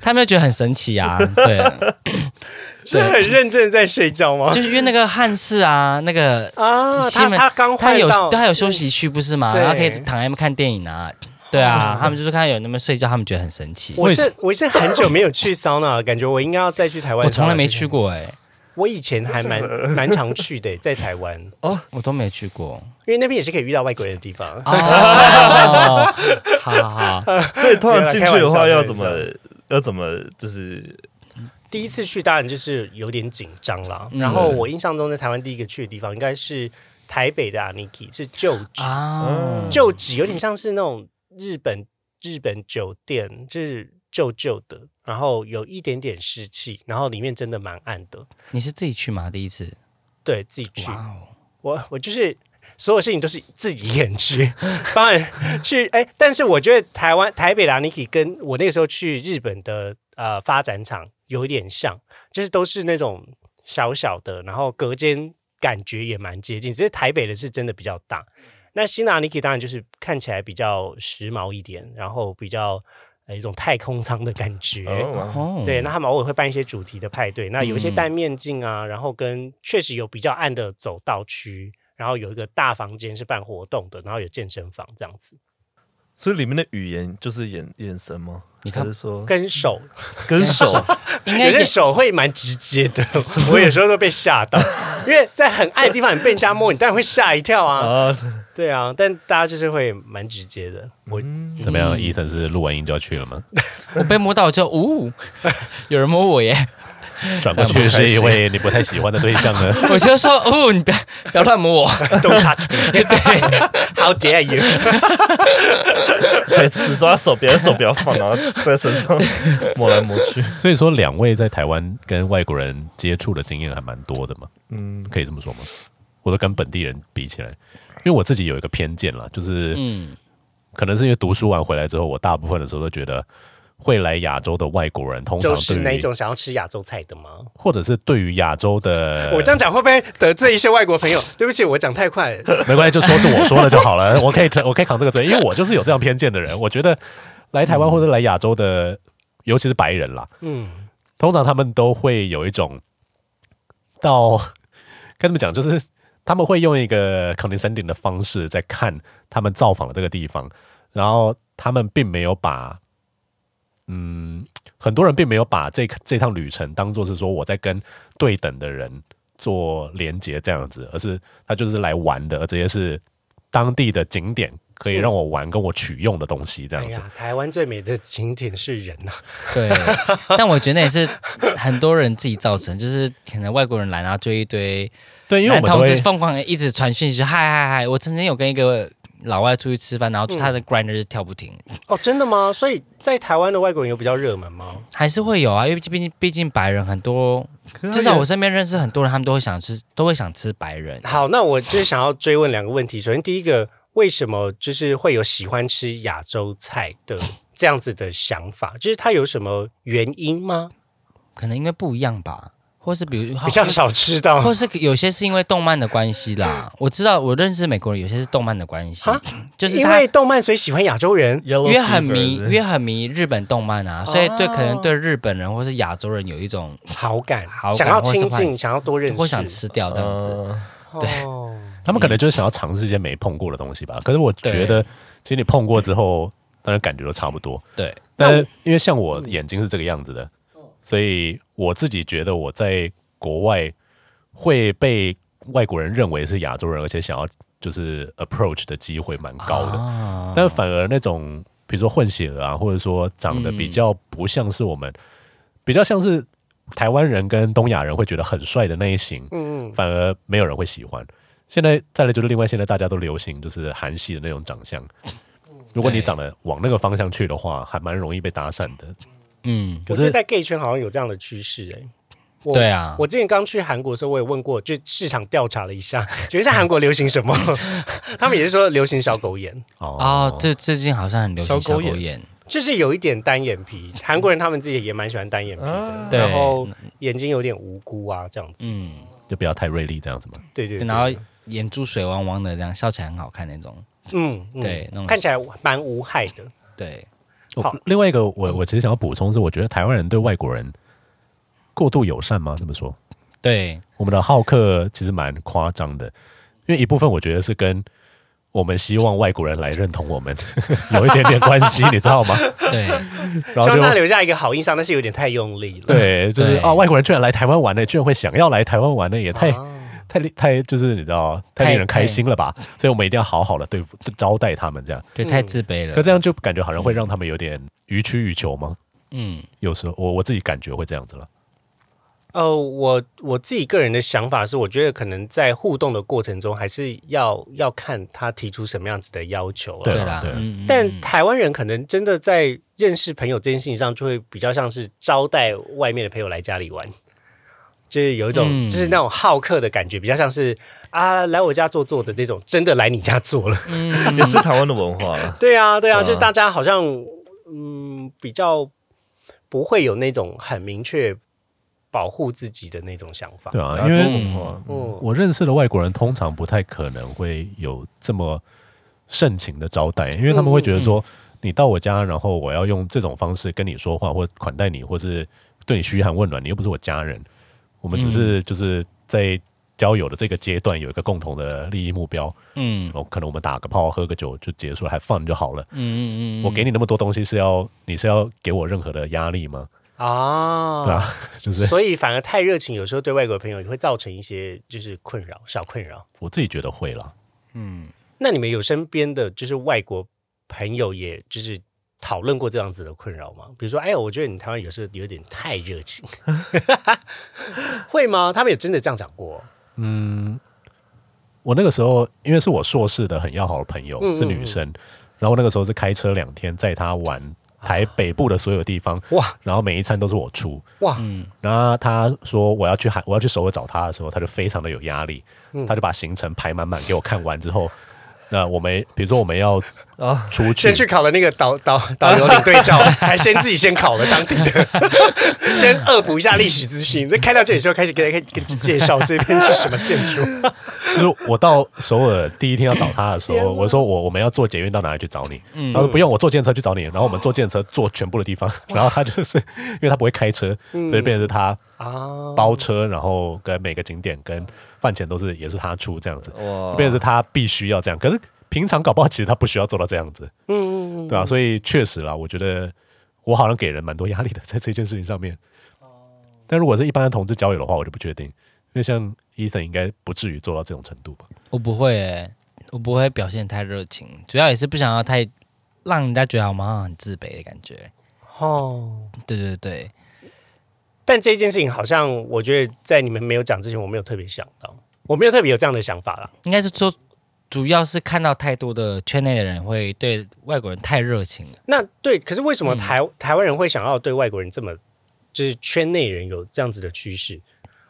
他们就觉得很神奇啊。对，是很认真地在睡觉吗？就是因为那个汉室啊，那个啊，西他门他刚他换有到，他有休息区不是吗？对然后可以躺在那边看电影啊。对啊，他们就是看到有人在那边睡觉，他们觉得很神奇。 <laughs> 我是我是很久没有去桑 <laughs> 拿了，感觉我应该要再去台湾。我从来没去，过哎、我以前还蛮蛮常去的， <laughs> 在台湾，因我都没去过。为那边也是可以遇到外国人的地方。啊哦，好好好，所以通常进去的话没有要啦怎开么玩要怎么就是第一次去当然就是有点紧张啦。嗯然后我印象中在台湾第一个去的地方应该是台北的 Aniki，是旧址，啊，旧址有点像是那种日本日本酒店，就是旧旧的，然后有一点点湿气，然后里面真的蛮暗的。你是自己去吗？第一次？对自己去，哇哦，我我就是所有事情都是自己一个人去，当然去哎、但是我觉得台湾台北的 Niki 跟我那个时候去日本的呃发展厂有一点像，就是都是那种小小的，然后隔间感觉也蛮接近，只是台北的是真的比较大。那新的 Niki 当然就是看起来比较时髦一点，然后比较呃一种太空舱的感觉。哦，嗯哦对，那他们偶尔会办一些主题的派对，那有一些戴面镜啊，然后跟确实有比较暗的走道区，然后有一个大房间是办活动的，然后有健身房这样子，所以里面的语言就是眼眼神吗？你还看是说跟手跟手？应嗯有该些也手会蛮直接 <laughs> 的，我有时候都被吓到，因为在很暗的地方你被人家摸，你当然会吓一跳啊，啊，对啊，但大家就是会蛮直接的，我怎么样？ <laughs> 伊森是录完音就要去了吗？ <laughs> 我被摸到我就呜，有人摸我耶。转过去是一位你不太喜欢的对象呢？ <laughs> 我就说哦，你不要不要乱摸我， Don't touch me. ，How dare <laughs> you？每次抓手，别人手不要放，然后在身上抹来抹去。 <laughs> 所以说，两位在台湾跟外国人接触的经验还蛮多的嘛，嗯，可以这么说吗？或者跟本地人比起来，因为我自己有一个偏见啦，就是嗯，可能是因为读书完回来之后，我大部分的时候都觉得会来亚洲的外国人，通常就是那对一于种想要吃亚洲菜的吗？或者是对于亚洲的，我这样讲会不会得罪一些外国朋友？对不起，我讲太快了。没关系，就说是我说的就好了， <laughs> 我可以承我可以扛这个罪，因为我就是有这样偏见的人。我觉得来台湾或者来亚洲的，尤其是白人啦，嗯，通常他们都会有一种到 <laughs> 跟他们讲，就是他们会用一个 condescending 的方式在看他们造访的这个地方，然后他们并没有把，嗯，很多人并没有把这这趟旅程当做是说我在跟对等的人做连接这样子，而是他就是来玩的，而这些是当地的景点可以让我玩跟我取用的东西这哎样子。呀，台湾最美的景点是人啊呐、 <laughs> <laughs> 对。但我觉得也是很多人自己造成，就是可能外国人来，然后就一堆对，因为我男们都同会志疯狂地一直传讯息，嗨嗨嗨！我曾经有跟一个老外出去吃饭，然后嗯就他的 grinder 就跳不停，哦，真的吗？所以在台湾的外国人有比较热门吗？还是会有啊，因为毕竟毕竟白人很多，至少我身边认识很多人，他们都会想吃，都会想吃白人。好，那我就是想要追问两个问题。首先，第一个，为什么就是会有喜欢吃亚洲菜的这样子的想法？就是它有什么原因吗？可能因为不一样吧，或是比如比较，少吃到或是有些是因为动漫的关系啦。我知道我认识美国人，有些是动漫的关系啊， <sniffs> 就是因他为动漫，所以喜欢亚洲人。因因为很迷，因为很迷日本动漫啊，所以对哦可能对日本人或是亚洲人有一种好感，好感想要或是幻亲近，想想要多认识，或想吃掉这样啊子。对哦他嗯们可能就是想要尝试一些没碰过的东西吧。可是我觉得，其实你碰过之后，当然感觉都差不多。对，但是因为像我眼睛是这个样子的，所以我自己觉得我在国外会被外国人认为是亚洲人，而且想要就是 approach 的机会蛮高的。啊但反而那种比如说混血儿啊，或者说长得嗯比较不像是我们，比较像是台湾人跟东亚人会觉得很帅的那一型，嗯，反而没有人会喜欢。现在再来就是另外，现在大家都流行就是韩系的那种长相。如果你对长得往那个方向去的话，还蛮容易被搭讪的。嗯，可我觉得是在 gay 圈好像有这样的趋势哎。我对啊我之前刚去韩国的时候，我也问过，就市场调查了一下，请问一下韩国流行什么？ <laughs> 他们也是说流行小狗眼，哦，这最近好像很流行小小狗狗眼，就是有一点单眼皮。韩国人他们自己也蛮喜欢单眼皮的啊，嗯对然后眼睛有点无辜啊，这样子。嗯，就不要太锐利这样子嘛。对对对，然后眼珠水汪汪的，这样笑起来很好看那种。嗯，嗯对那种看起来蛮无害的。对，好我哦另外一个，我我其实想要补充是，我觉得台湾人对外国人过度友善吗？这么说，对，我们的好客其实蛮夸张的，因为一部分我觉得是跟我们希望外国人来认同我们 <laughs> 有一点点关系，你知道吗？对，然希后望就他留下一个好印象，但是有点太用力了。 <laughs> 对，就是对啊、外国人居然来台湾玩呢，居然会想要来台湾玩呢，也太、啊太令太就是你知道太太令人开心了吧？所以我们一定要好好的对付对招待他们这样。对，太自卑可了。这样就感觉好像会让他们有点予取予求吗？嗯，有时候我我自己感觉会这样子了。呃，我我自己个人的想法是，我觉得可能在互动的过程中，还是要要看他提出什么样子的要求、啊。对啊啦，对啊嗯嗯但嗯台湾人可能真的在认识朋友这件事情上，就会比较像是招待外面的朋友来家里玩，就是有一种、嗯就是那种好客的感觉，比较像是啊来我家坐坐的这种，真的来你家坐了。 <laughs> 嗯也是台湾的文化啦。对啊，对啊，嗯就是大家好像嗯比较不会有那种很明确保护自己的那种想法。对啊，亚因洲为文化，嗯，我认识的外国人通常不太可能会有这么盛情的招待，因为他们会觉得说，你到我家，然后我要用这种方式跟你说话，或款待你，或是对你嘘寒问暖，你又不是我家人，我们只是就是在交友的这个阶段有一个共同的利益目标，嗯然后可能我们打个炮、喝个酒就结束了，还放就好了。嗯嗯嗯， <laughs> 我给你那么多东西是要你是要给我任何的压力吗？啊，对啊 <laughs> 就是所以反而太热情，有时候对外国朋友也会造成一些就是困扰，小困扰。我自己觉得会啦。嗯那你们有身边的就是外国朋友，也就是讨论过这样子的困扰吗？比如说，哎，我觉得你台湾有时候有点太热情， <laughs> 会吗？他们也真的这样讲过？哦我那个时候因为是我硕士的很要好的朋友，嗯是女生，然后那个时候是开车两天载她玩台北部的所有地方，哇然后每一餐都是我出。哇，然后她说我要去海，我要去首尔找她的时候，她就非常的有压力，嗯她就把行程排满满给我看完之后，那我们比如说我们要啊出去，哦先去考了那个导导导游领队照，还先自己先考了当地的， <laughs> 先恶补一下历史资讯。那开到这里之后，开始给大家给介绍这边是什么建筑。就是我到首尔第一天要找他的时候，我说我我们要坐捷运到哪里去找你？然后说不用，我坐电车去找你。然后我们坐电车坐全部的地方，然后他就是因为他不会开车，所以变成是他啊包车，然后跟每个景点跟饭钱都是也是他出这样子，哇就哦变成是他必须要这样。可是平常搞不好其实他不需要做到这样子，嗯，对吧、啊所以确实啦，我觉得我好像给人蛮多压力的在这件事情上面。哦但如果是一般的同志交友的话，我就不确定，因为像 Ethan 应该不至于做到这种程度吧。我不会、欸，我不会表现太热情，主要也是不想要太让人家觉得我们好像很自卑的感觉。哦。对对对，但这件事情好像，我觉得在你们没有讲之前，我没有特别想到，我没有特别有这样的想法啦。应该是说，主要是看到太多的圈内的人会对外国人太热情了。那对，可是嗯为什么台、台湾人会想要对外国人这么，就是圈内人有这样子的趋势？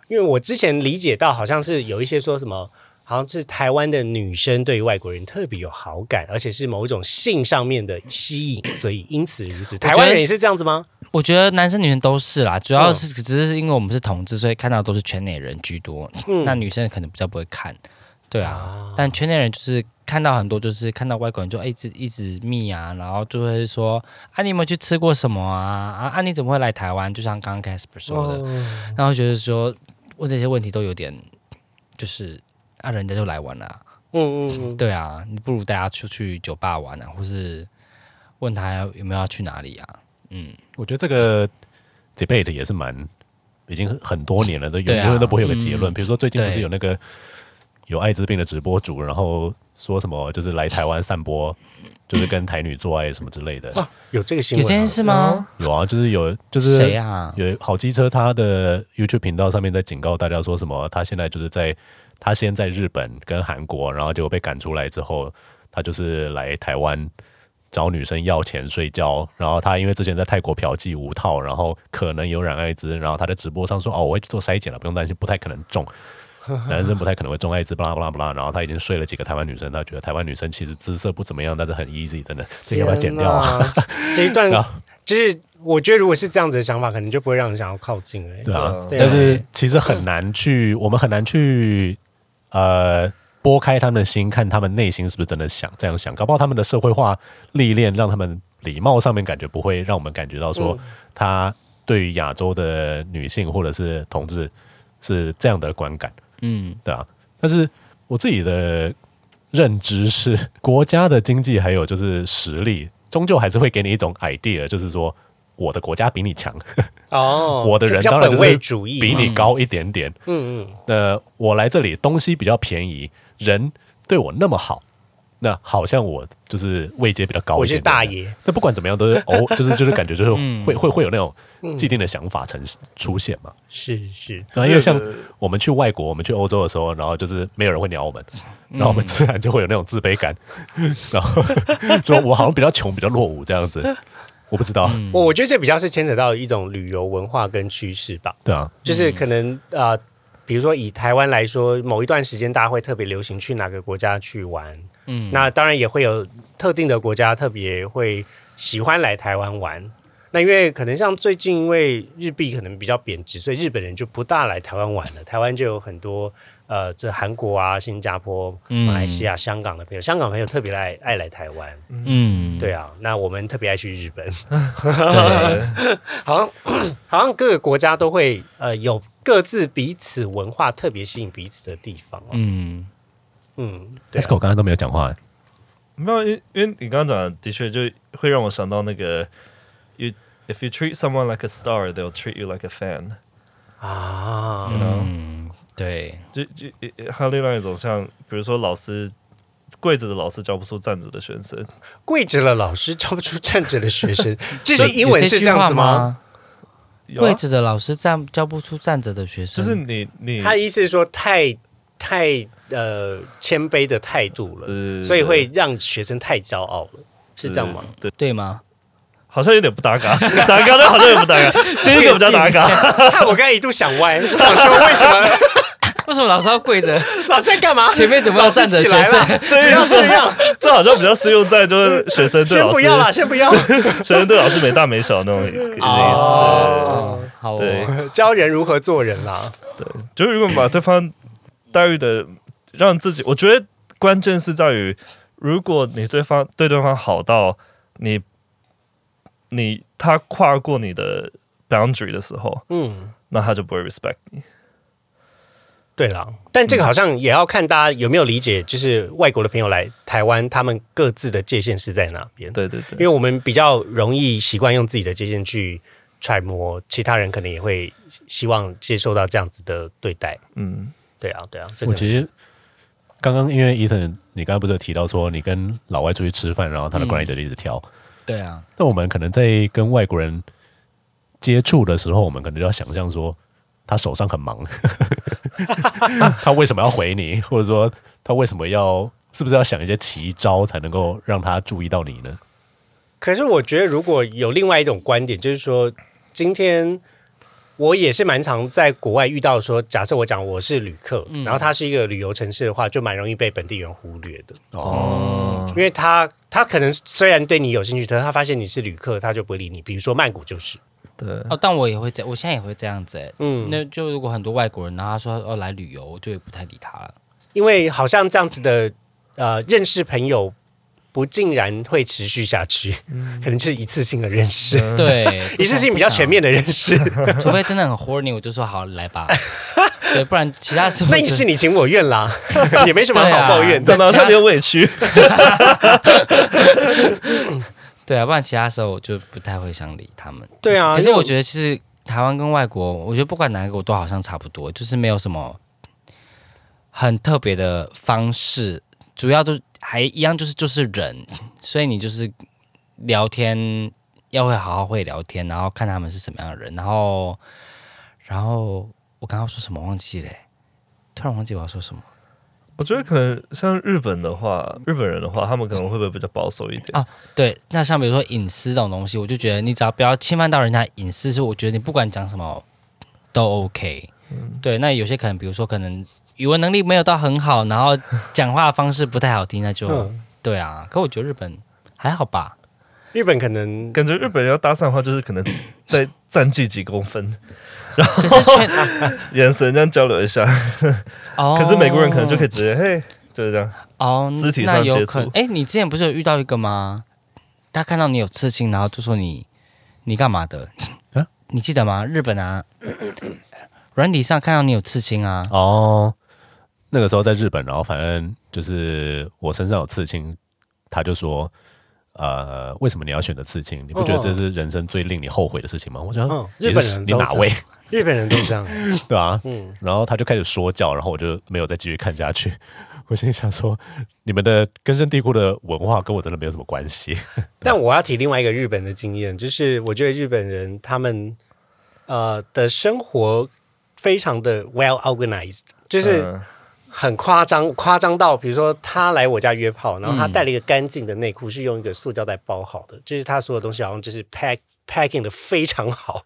因为我之前理解到，好像是有一些说什么，好像是台湾的女生对外国人特别有好感，而且是某一种性上面的吸引，所以因此如此。觉得台湾人也是这样子吗？我觉得男生女生都是啦，主嗯要是只是因为我们是同志，所以看到都是圈内人居多。嗯那女生可能比较不会看，对啊。但圈内人就是看到很多，就是看到外国人就哎一直一直密啊，然后就会说啊，你有没有去吃过什么啊？啊啊，你怎么会来台湾？就像刚刚 Casper 说的，哦然后觉得说问这些问题都有点就是啊，人家就来玩了啊、嗯嗯嗯，对啊，你不如带他出去酒吧玩啊，或是问他有没有要去哪里啊？嗯。我觉得这个 debate 也是蛮已经很多年了，都有对啊永远都不会有个结论。嗯比如说最近不是对有那个有艾滋病的直播主，然后说什么就是来台湾散播，就是跟台女做爱什么之类的。有这个新有闻、这啊，件事吗？有啊，就是有就是谁啊？有好机车，他的 YouTube 频道上面在警告大家说什么？他现在就是在他先在日本跟韩国，然后结果被赶出来之后，他就是来台湾找女生要钱睡觉。然后他因为之前在泰国嫖妓无套，然后可能有染艾滋，然后他在直播上说：“哦，我会去做筛检了，不用担心，不太可能 <laughs> 中。”男生不太可能会中艾滋，巴拉巴拉巴拉。然后他已经睡了几个台湾女生，他觉得台湾女生其实姿色不怎么样，但是很 easy 等等，这个要不要剪掉啊？天哪？这一 <laughs> 段然就是我觉得，如果是这样子的想法，可能就不会让人想要靠近了、对啊，对啊但是其实很难去，我们很难去呃拨开他们的心，看他们内心是不是真的想这样想。搞不好他们的社会化历练，让他们礼貌上面感觉不会让我们感觉到嗯说他对于亚洲的女性或者是同志是这样的观感，嗯，对啊。但是我自己的认知是，国家的经济还有就是实力，终究还是会给你一种 idea，就是说我的国家比你强。哦，我的人比较当然就本是位主义嘛， <laughs> 比你高一点点。嗯嗯，那我来这里东西比较便宜，人对我那么好，那好像我就是位阶比较高我一是点点大。爷，嗯那不管怎么样，都是 <laughs> 偶就是就是感觉就是会会会有那种既定的想法呈出现嘛。嗯是是，然后因为像这个我们去外国，我们去欧洲的时候，然后就是没有人会鸟我们，嗯然后我们自然就会有那种自卑感， <laughs> 然后说我好像比较穷，比较落伍这样子。我不知道，我我觉得这比较是牵扯到一种旅游文化跟趋势吧，对啊，就是可能啊、呃比如说以台湾来说，某一段时间大家会特别流行去哪个国家去玩，嗯，那当然也会有特定的国家特别会喜欢来台湾玩。那因为可能像最近因为日币可能比较贬值，所以日本人就不大来台湾玩了。台湾就有很多呃，这韩国啊、新加坡、马来西亚、香港的朋友，香港朋友特别爱爱来台湾。嗯，对啊，那我们特别爱去日本。对， <laughs> 好 <laughs> 像好像各个国家都会呃有各自彼此文化特别吸引彼此的地方、哦。嗯，嗯，对 s c 啊、 o 刚刚都没有讲话，没有，因因为你刚刚讲的，的确就会让我想到那个，you if you treat someone like a star, they'll treat you like a fan。啊， You know，、嗯对，呃就就还有另外一种像，比如说老师跪着的老师教不出站着的学生。跪着的老师教不出站着的学 <laughs> 生，这是英文是这样子吗？有啊跪着嗯的老师站教不出站着的学生，就是你你他的意思是说太太呃谦卑的态度了，呃所以会让学生太骄傲了，是这样吗？？ <laughs> 对，对吗？好像有点不搭嘎， <laughs> 打嘎的好像有点不搭嘎，第一个比较搭嘎。看我刚才一度想歪，我想说为什么 <laughs> 为什么老师要跪着？老师在干嘛？前面怎么老有师站着起学来生 <laughs> 了？？不要这样，这好像比较适用在就是 <laughs> 学生对先老不师，要啦，先嗯不要。学生对老师没大没小那种意思。哦，好对哦， <laughs> 教人如何做人啦，对，就如果把对方待遇的让自己，我觉得关键是在于，如果你对方对对方好到你你他跨过你的 boundary 的时候，嗯，那他就不会 respect 你。对啦。但这个好像也要看大家有没有理解，就是外国的朋友来台湾，他们各自的界限是在哪边？对对因为对，我们比较容易习惯用自己的界限去揣摩，其他人可能也会希望接受到这样子的对待。嗯，对啊，对啊，这我个其实刚刚因为伊藤，你刚刚不是有提到说你跟老外出去吃饭，然后他的嗯 grinder 就一直挑。对啊，那、我们可能在跟外国人接触的时候，我们可能就要想象说，他手上很 <laughs> 忙，他为什么要回你，或者说他为什么要，是不是要想一些奇招才能够让他注意到你呢？可是我觉得，如果有另外一种观点，就是说，今天我也是蛮常在国外遇到说，假设我讲我是旅客，嗯然后他是一个旅游城市的话，就蛮容易被本地人忽略的，哦，因为他他可能虽然对你有兴趣，可是他发现你是旅客，他就不会理你。比如说曼谷就是，对，哦，但我也会这，我现在也会这样子哎。嗯，那就如果很多外国人，然后他说哦来旅游，我就也不太理他了。因为好像这样子的呃认识朋友。不尽然会持续下去，可能是一次性的认识，嗯 <laughs> 对，嗯一次性比较全面的 <laughs> 认识。除非真的很 horny，我就说好来 <laughs> 吧。对，不然其他时候那也是你情我 <laughs> 愿啦，也没什么对啊好抱怨的。怎么特别委屈？对啊，不然其他时候我就不太会想理他们。对啊，可是因为我觉得，其实台湾跟外国，我觉得不管哪一个，我都好像差不多，就是没有什么很特别的方式，主要都还一样，就是就是人，所以你就是聊天要会好好会聊天，然后看他们是什么样的人，然后然后我刚刚说什么忘记了欸、突然忘记我要说什么我觉得可能像日本的话，日本人的话，他们可能会不会比较保守一点？啊？对，那像比如说隐私这种东西，我就觉得你只要不要侵犯到人家隐私，是我觉得你不管讲什么都 OK。对，嗯那有些可能，比如说可能语文能力没有到很好，然后讲话方式不太好听，那就、嗯对啊。可我觉得日本还好 <laughs> 吧，日本可能感觉日本人要搭讪的话，就是可能在战绩几公分，可是 <laughs> 却、眼神这样交流一下。哦，可是美国人可能就可以直接嘿，就是这样。哦，肢体那上有接可触哎，你之前不是有遇到一个吗？他看到你有刺青，然后就说你你干嘛的？啊你记得吗？日本啊， <coughs> 软体上看到你有刺青啊，哦，那个时候在日本，然后反正就是我身上有刺青，他就说，呃，为什么你要选择刺青？你不觉得这是人生最令你后悔的事情吗？我想，嗯你日本是人你都哪这位？日本人都 <laughs> 这样， <laughs> 对啊，嗯，然后他就开始说教，然后我就没有再继续看下去。我心里想说，你们的根深蒂固的文化跟我真的没有什么关系。但我要提另外一个日本的经验，就是我觉得日本人他们呃的生活非常的 well organized，就是嗯很夸张，夸张到比如说他来我家约炮，然后他嗯带了一个干净的内裤，是用一个塑胶袋包好的，就是他所有东西好像就是 pack packing 的非常好。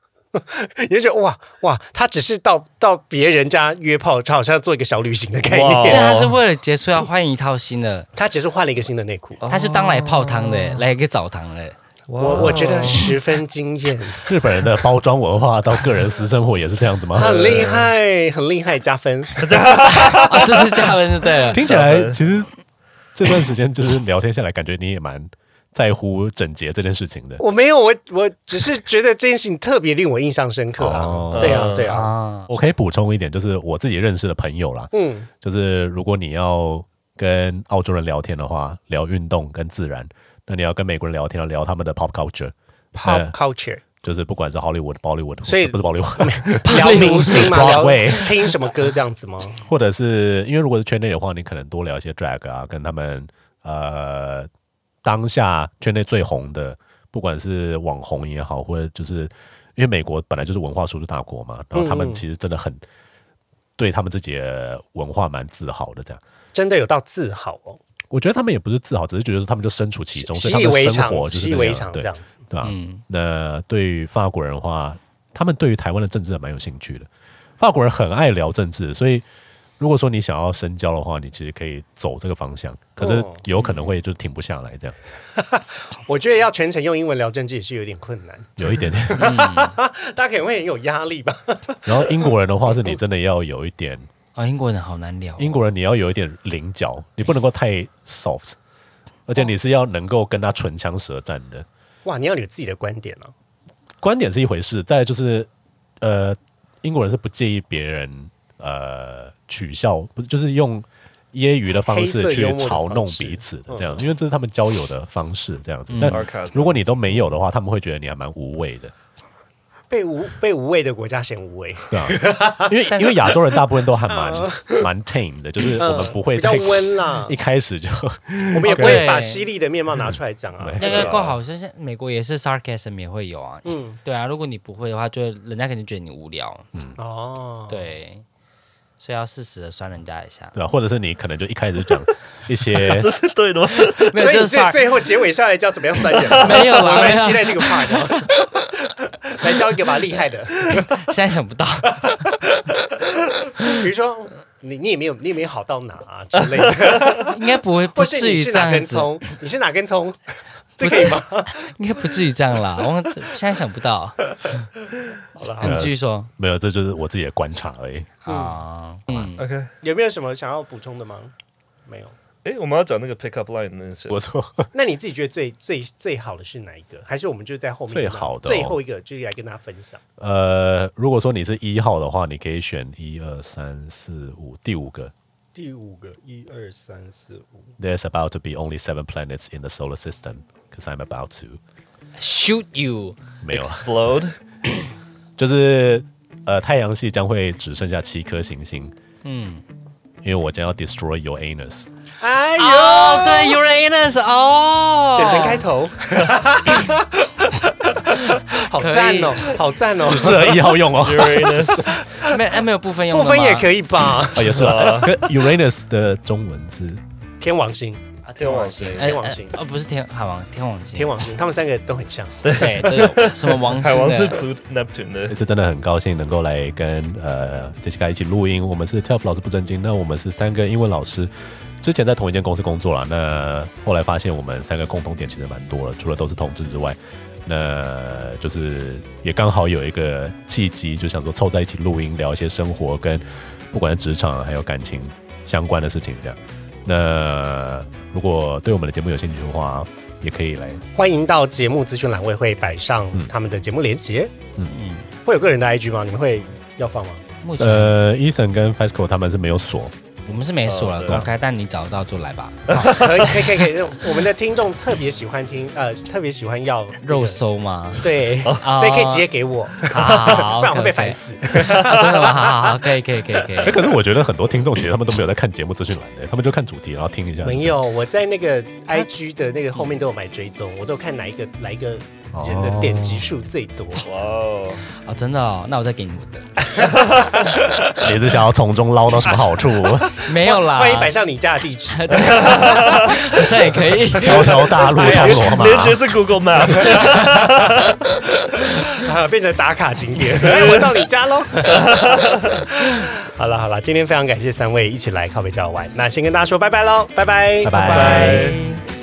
<laughs> 你就觉得哇哇，他只是到到别人家约炮，他好像要做一个小旅行的概哇念。所以他是为了结束要换一套新的，他只是换了一个新的内裤，他是当来泡汤的，来一个澡堂的。哦我我觉得十分惊 <laughs> 艳，日本人的包装文化到个人私生活也是这样子吗？很厉害，很厉害，加 <laughs> 分。哦，这是加 <laughs> 分就对了。听起来其实这段时间就是聊天下来，感觉你也蛮在乎整洁这件事 <laughs> 情的。我没有，我我只是觉得这件事情特别令我印象深刻啊哦。对啊，对啊，啊，我可以补充一点，就是我自己认识的朋友啦，嗯，就是如果你要跟澳洲人聊天的话，聊运动跟自然；那你要跟美国人聊天，要聊他们的 pop culture， pop 呃 culture 就是不管是 Hollywood、Bollywood，所以不是 Bollywood，聊明星嘛，聊 Broadway 听什么歌这样子吗？或者是因为如果是圈内的话，你可能多聊一些 drag 啊，跟他们呃当下圈内最红的，不管是网红也好，或者就是因为美国本来就是文化输出大国嘛，然后他嗯们嗯其实真的很对他们自己的文化蛮自豪的这样。真的有到自豪哦，我觉得他们也不是自豪，只是觉得说他们就身处其中，习所以他以们为的常生活，就是习以那为样常对这样子。对吧、嗯，那对于法国人的话，他们对于台湾的政治还蛮有兴趣的。法国人很爱聊政治，所以如果说你想要深交的话，你其实可以走这个方向，可是哦有可能会就停不下来，这样我觉得要全程用英文聊政治也是有点困难，有一点点。 <laughs> 大家可能会很有压力吧？然后英国人的话，是你真的要有一点，啊，英国人好难聊哦，英国人你要有一点棱角，你不能够太 soft，而且你是要能够跟他唇枪舌战的。哇，你要有自己的观点哦。观点是一回事，再来就是呃，英国人是不介意别人呃取笑，不是就是用揶揄的方式黑色去幽默的嘲弄方式彼此的嗯这样，因为这是他们交友的方式这样子。但 Sarcasm 如果你都没有的话，他们会觉得你还蛮无谓的，被无被无谓的国家嫌无谓， <laughs> 对啊，因为因为亚洲人大部分都还蛮嗯蛮 tame 的，就是我们不会比较太温啦 <laughs> 一。开始就，我们也不对会把犀利的面貌拿出来讲啊。那个够好像现在美国也是 sarcasm 也会有啊，嗯，对啊，如果你不会的话，就会人家肯定觉得你无聊，哦，对，所以要适时的酸人家一下 <laughs> 对吧、啊或者是你可能就一开始就讲一些这是对的吗？没有所就以是最 sar 最后结尾下来叫怎么样算人？ <laughs> 没有我啊，没蛮有期，待这个 part 的。来教一个吧，厉害的，现在想不到，比如说你你也没有你也没有好到哪啊之类的， <laughs> 应该不会不或是至你于这是哪样根子，葱？你是哪根葱？这不可以是吗？应该不至于这样啦，我现在想不到，好了，好你继续说没有，这就是我自己的观察而已。啊，嗯， OK，有没有什么想要补充的吗？没有。诶，我们要讲那个 pickup line 那些，我说那你自己觉得最最最好的是哪一个？还是我们就在后面最好的哦最后一个，就是来跟大家分享。呃，如果说你是一号的话，你可以选一二三四五第五个。第五个，一二三四五， There's about to be only seven planets in the solar system because I'm about to。 shoot you，没有啊了， explode <laughs> 就是呃，太阳系将会只剩下七颗行星。嗯，因为我将要 destroy your <laughs> anus。哎呦，哦，对，Uranus，哦，整成 <laughs> 开头，好赞哦，好赞哦，适合一号用哦， Uranus 没哎没有部分用不的分吗也可以吧？ <laughs> 哦也是 <laughs> 啊。跟 Uranus 的中文是天王星，啊，天王星，哎天王星哎哦，不是天海王，天王星，天王星，他们三个都很像。对，都有什么王星的海王啊是 Pluto Neptune 哎这的，次真的很高兴能够来跟呃杰西卡一起录音。我们是 TELF 老师不正经，那我们是三个英文老师，之前在同一间公司工作了。那后来发现我们三个共同点其实蛮多的，除了都是同志之外，那就是也刚好有一个契机，就想说凑在一起录音，聊一些生活跟不管是职场啊还有感情相关的事情这样。那如果对我们的节目有兴趣的话，也可以来欢迎到节目资讯栏，我也会摆上嗯他们的节目连结。嗯嗯，会有个人的 IG 吗？你们会要放 <laughs> 吗？目前呃，Eason 跟 Fasco 他们是没有锁，我们是没锁哦了对啊公开，但你找得到就来吧。可以可以可以可以，我们的听众特别喜欢听，呃，特别喜欢要这个肉，搜吗？对，啊所以可以直接给我，好，不然我会被哦 OK，OK 烦死。啊真的吗？好好好，可以可以可以可哎，以。可是我觉得很多听众其实他们都没有在看节目资讯栏的，他们就看主题然后听一下。没有，我在那个 IG 的那个后面都有买追踪，我都看哪一个哪一个人的点击数最多。哇哦，哦，真的哦，那我再给你我的。你是想要从中捞到什么 <laughs> 好处？没有啦，万一摆上你家的地址， <laughs> 好像也可以。条条大哎路通罗马。连接是 Google Map，啊，变成打卡 <laughs> 景点。哎，我到你家喽。 <laughs> 好了好了，今天非常感谢三位一起来靠北郊玩。那先跟大家说拜拜喽，拜拜，拜拜。